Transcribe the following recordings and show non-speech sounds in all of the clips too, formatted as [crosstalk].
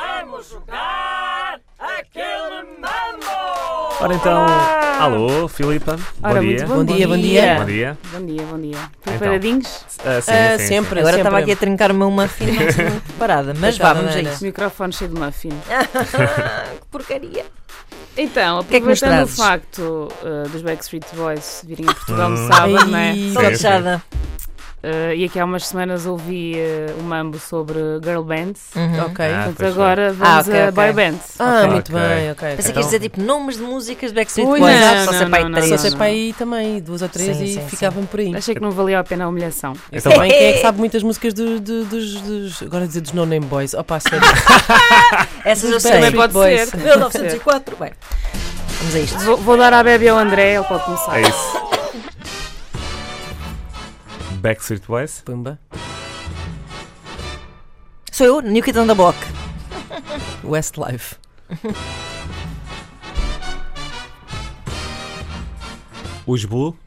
Vamos jogar aquele mambo! Ora então, alô, Filipa, Ora, bom dia. muito bom, Bom dia, bom Bom dia. Bom dia, bom dia. Então. Preparadinhos? Preparadinhos? Ah, sim, Ah, sim, sim. sempre, Agora estava sempre. aqui a trincar-me uma fina não estou muito preparada, mas vá, Coitada vamos a Ana. isso. Microfone cheio de muffin. É. [laughs] que porcaria! Então, que é que nos aproveitando o trazes? facto uh, dos Backstreet Boys virem a Portugal no sábado, não é? Ai, Só Sim, deixada. Uh, e aqui há umas semanas ouvi uh, um mambo sobre girl bands. Uhum. Ok. Ah, Portanto, pois agora vamos Ah, ok, a boy ok. bands. Ah, Ok. muito bem, ok. Pensei que Então- ias dizer tipo nomes de músicas de Backstreet Ui, Boys, não, só sei não, pai não, Só três. sei para aí também, duas ou três Sim, e sim, ficavam por aí. Achei que não valia a pena a humilhação. Eu Então, também. bem, quem é que sabe muitas músicas do- do- dos, dos. Agora ia dizer dos No Name Boys. Opa, sério. Essas eu Também sei. [laughs] pode Boys. ser. 1904. Bem, vamos a isto. Vou, vou dar à Bebe ao André, ele pode começar. É isso. Backstreet Boys? Pumba. Sou eu, New Kid on the Block. Westlife. Os Blue?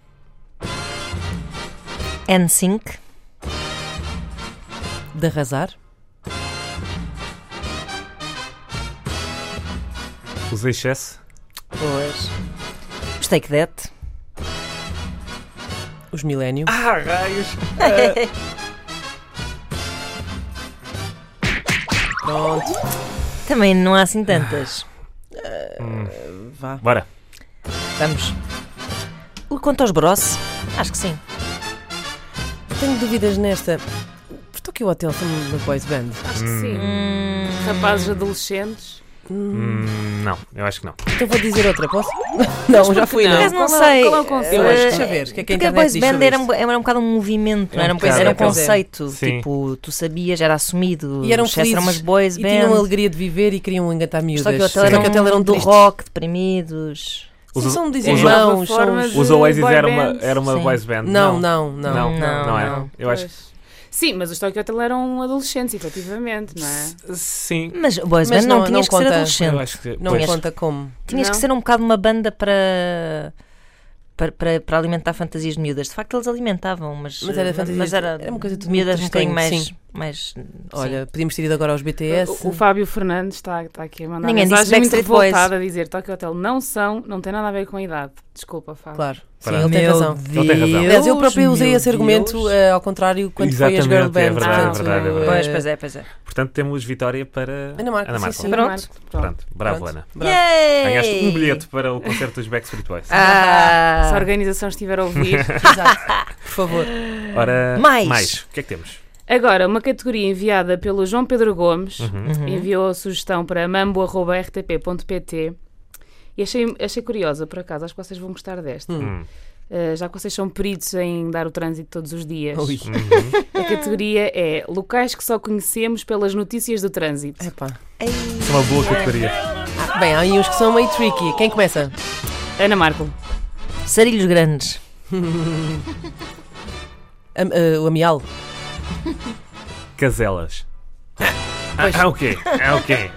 NSYNC. De arrasar. Os Excesso? Boas. Os Take That. Os Millennium. Ah, raios! [laughs] Pronto. Também não há assim tantas. Ah. Vá. Bora. Vamos. O- Quanto aos Bros, acho que sim. Tenho dúvidas nesta. Porquê que o Hotel são uma boys band? Acho que sim. Hum, Rapazes adolescentes. Hum, não, eu acho que não. Então vou dizer outra, posso? [laughs] não, já fui, não. não. Mas não Qual é- sei. qual é o conceito? Eu acho que deixa Eh, ver. O que é que a Porque a internet boys diz band sobre era, isto? um- era um bocado um movimento, não É um era uma coisa, bocado, era um pois é. conceito. Sim. Tipo, tu sabias, era assumido. E eram os Chess eram umas felizes. boys E band. tinham alegria de viver e queriam engatar miúdas. Só que o hotel Só era, um que o hotel um eram do tristes. rock, deprimidos. Sim, Os- são dos os- irmãos, Nova forma são os... de- Os Oasis boy era uma, band. era uma Sim. boys band? Não, não, não. Não, não, Não, é. não. Eu acho Pois. Sim, mas os Tokyo Hotel eram adolescentes, efetivamente, não é? que sim. Mas boys Mas band não, não- tinhas que não ser conta. Eu adolescente. acho que. Não pois. conta como. Tinhas Não. que ser um bocado uma banda para. Para, para, para alimentar fantasias de miúdas. De facto, eles alimentavam, mas, Mas era eh, fantasias- mas era, era uma coisa tudo miúdas um muito bocadinho estranho, mais. sim. mais sim. Olha, podíamos ter ido agora aos BTS. O, o Fábio Fernandes está, está aqui a mandar Ninguém disse mensagem muito Backstreet Boys. revoltada a dizer Tokyo Hotel não são, não tem nada a ver com a idade. Desculpa, Fábio. Claro. Sim, Parado. ele tem Meu razão. Ele tem razão. Aliás, eu próprio usei meu esse argumento Deus. eh, ao contrário quando foi as Exatamente, girl é bands. verdade, é portanto, verdade, é eh, verdade. Pois, pois é, pois é. Portanto, temos vitória para Ana Marco, sim, senhor. Pronto. Pronto. Pronto. Pronto, bravo, Pronto. Ana. Bravo. Yay! Ganhaste um bilhete para o concerto dos Backstreet Boys. Ah. Se a organização estiver [laughs] a ouvir. [laughs] Exato. Por favor. Ora, Mais. mais. O que é que temos? Agora, uma categoria enviada pelo João Pedro Gomes Uhum. Uhum. enviou a sugestão para mambo.rtp.pt e achei, achei curiosa, por acaso, acho que vocês vão gostar desta. Hum. Uh, já que vocês são peritos em dar o trânsito todos os dias, Ui. Uhum. a categoria é locais que só conhecemos pelas notícias do trânsito. Epá. Isso é uma boa categoria. Bem, há aí uns que são meio tricky. Quem começa? É. Ana Marco, Sarilhos grandes. Am- eh, o Amial. [laughs] Caselas. Ah, ah, o quê? Ah, o quê?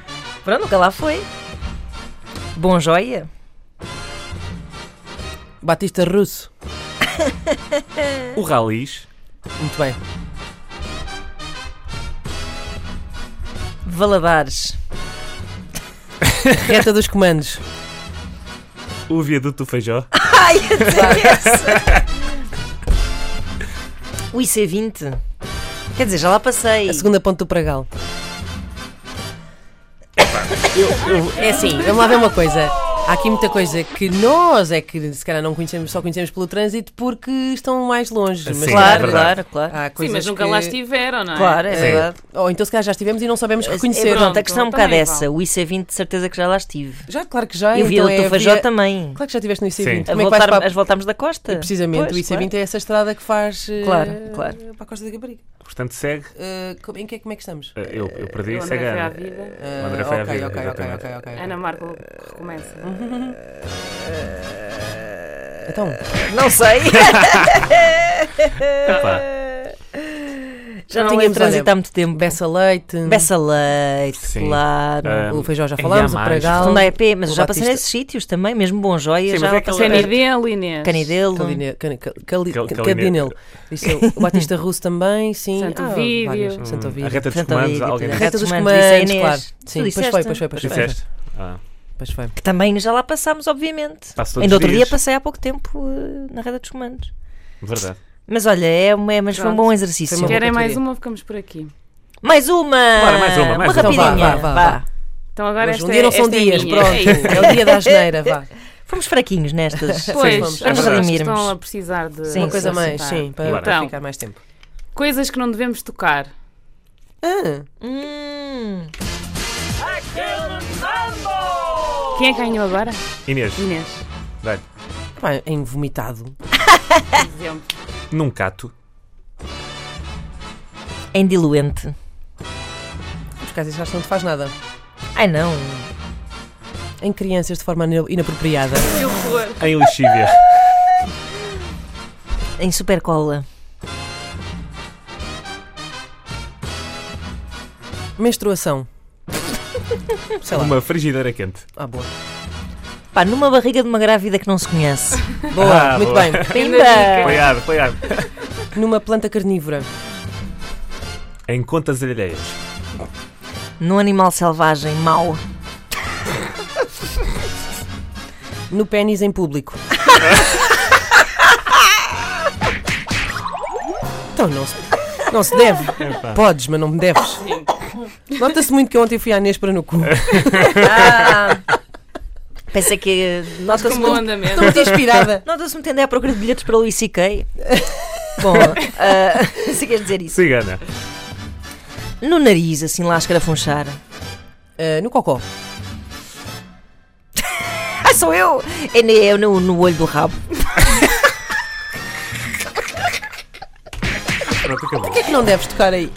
Pronto, nunca lá foi. Bom joia. Batista Russo. O Ralis. Muito bem. Valadares. Reta dos comandos. O viaduto do Feijó. Ai, eu esse. O IC20. Quer dizer, já lá passei. A segunda ponte do Pragal. É assim, vamos lá ver uma coisa. Há aqui muita coisa que nós é que se calhar não conhecemos, só conhecemos pelo trânsito porque estão mais longe. Sim, se é Claro, calhar verdade. claro, claro. há sim, coisas mas nunca que- lá estiveram, não é? Claro, é Sim. verdade. Ou então se calhar já estivemos e não sabemos É, reconhecer. pronto, a questão é um bocado também é essa. O IC20, de certeza que já lá estive. Já, claro que já. e o então Vila é do a Fajó via- também. Claro que já estiveste no IC20. Sim. Como é que a vais voltar- para... As voltámos da costa. Precisamente, Pois, o IC20 é essa estrada que faz eh, Claro, para a Costa da Caparica. Portanto, segue. Eh, como- em que é, como é que estamos? Eh, Eu, eu O perdi, André segue é foi a à Ana. vida. Eh, Madre foi à ok, vida, ok, ok, exatamente. ok, Eh, ok. Ana Marco, recomeça. Hum. Então, [laughs] claro. Não sei. Epá, Já Não tinha lembro, trânsito olha, há muito tempo. Bessa Leite. Beça Hum. Leite, Sim. claro. Ah, O feijão já em é falámos, o Amais, pregal. Retunda EP, mas o eu já passei Batista. nesses sítios também, mesmo Bom Joia, Sim, já mas é aquela- Canidelo, Inês. Canidelo. Caline- Cani- Cali- Cali- Cal- Ca- Caline- Cadinelo. Isso é O Batista Russo também, sim. Santo Ah, Vídeo. várias. Hum, Santo A Vídeo. reta dos Santa comandos, Lídia, alguém tudo. disse. Reta dos Santo Tomás, disse a comandos, é Inês. claro. Tu Sim, pois disseste? foi, pois foi, pois foi. Disseste? Ah, Pois foi. Que também já lá passámos, obviamente. passo todos Ainda outro os dia dias. passei há pouco tempo eh, na Reda dos Comandos. Verdade. Mas olha, é uma, é- mas foi um Pronto. bom exercício. Foi uma boa Querem é mais categoria. uma ou ficamos por aqui? Mais uma! Bora, mais uma, mais uma. Então vá, rapidinha. vá, vá, vá. Então agora Hoje, esta um dia é- não são esta é dias, minha. pronto. É isso. [laughs] É o dia da asneira, vá. Fomos fraquinhos nestas. Pois, vamos. as Vamos pessoas redimirmos. estão a precisar de Sim, Uma coisa sim, mais, ressuscitar. é sim, para, Bora. para Então. ficar mais tempo. Coisas que não devemos tocar. Então. Ah, Hum, I killed a mambo! Quem é que ganhou agora? Inês, Inês. vai. Ah, pá, é em vomitado. por exemplo. Num cato. em diluente. Por causa disso, acho que não te faz nada. Ai não. Em crianças de forma ina- inapropriada. Que horror. Em [laughs] lixívia. Em supercola. Menstruação. Sei lá. Uma frigideira quente. Ah, boa. Pá, numa barriga de uma grávida que não se conhece. Boa, Ah, muito boa. bem. Pimba! Apoiado, apoiado. Numa planta carnívora. Em contas alheias. Num animal selvagem mau. No pênis em público. então não se, não se deve. Epá. Podes, mas não me deves. Nota-se muito que eu ontem fui à Nespra no cu. Ah, Pensei que. Nota-se Como [laughs] um muito. andamento. Estou muito inspirada. Nota-se muito tender à procura de bilhetes para o Luís [laughs] C.K. Bom, Ah, [laughs] se queres dizer isso. Cigana. No nariz, assim lá a escarafunchar. eh, no cocó. Ah, sou eu! É, ne- é no, no olho do rabo. Pronto, acabou. [laughs] Porquê é que não deves tocar aí?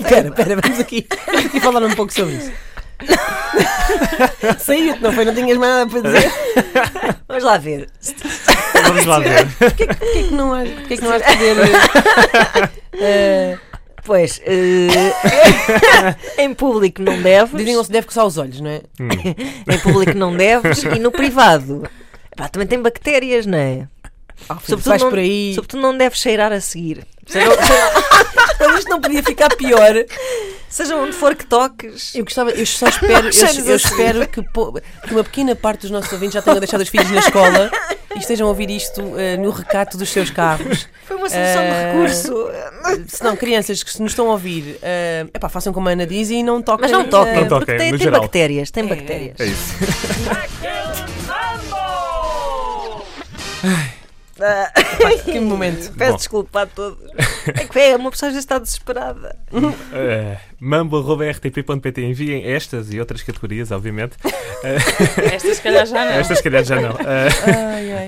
Espera, espera, vamos aqui, vamos aqui falar um pouco sobre isso. [laughs] Saiu-te, não foi? Não tinhas mais nada para dizer? Vamos lá ver. Vamos lá ver. Porquê é que não has, porquê é que não has de poder... eh, eh, Pois. eh, [laughs] em público não deves. dizem que não se deve coçar os olhos, não é? Em público não deves. e no privado. Pá, também tem bactérias, não é? Ah, filho, Sobretudo vais não- por aí... Sobretudo não deves cheirar a seguir. Então isto não podia ficar pior. Seja onde for que toques. Eu gostava, eu só espero, [laughs] eu, Cheiros eu a espero que, po- que uma pequena parte dos nossos ouvintes já tenha deixado os filhos na escola e estejam a ouvir isto eh, no recato dos seus carros. Foi uma solução Eh, de recurso. Se não, crianças que se nos estão a ouvir, eh, epá, façam como a Ana diz e não toquem. Mas não toquem, eh, É. Não toquem, porque tem, no tem geral. bactérias, tem bactérias. É isso. I killed a mambo! eh, que momento. Ah, Peço Bom. desculpa a [laughs] todos. É que é, uma pessoa já está desesperada. Uh, mambo.rtp.pt enviem estas e outras categorias, obviamente. Esta se calhar já não. Estas, se calhar, já não. Uh, Ai, ai.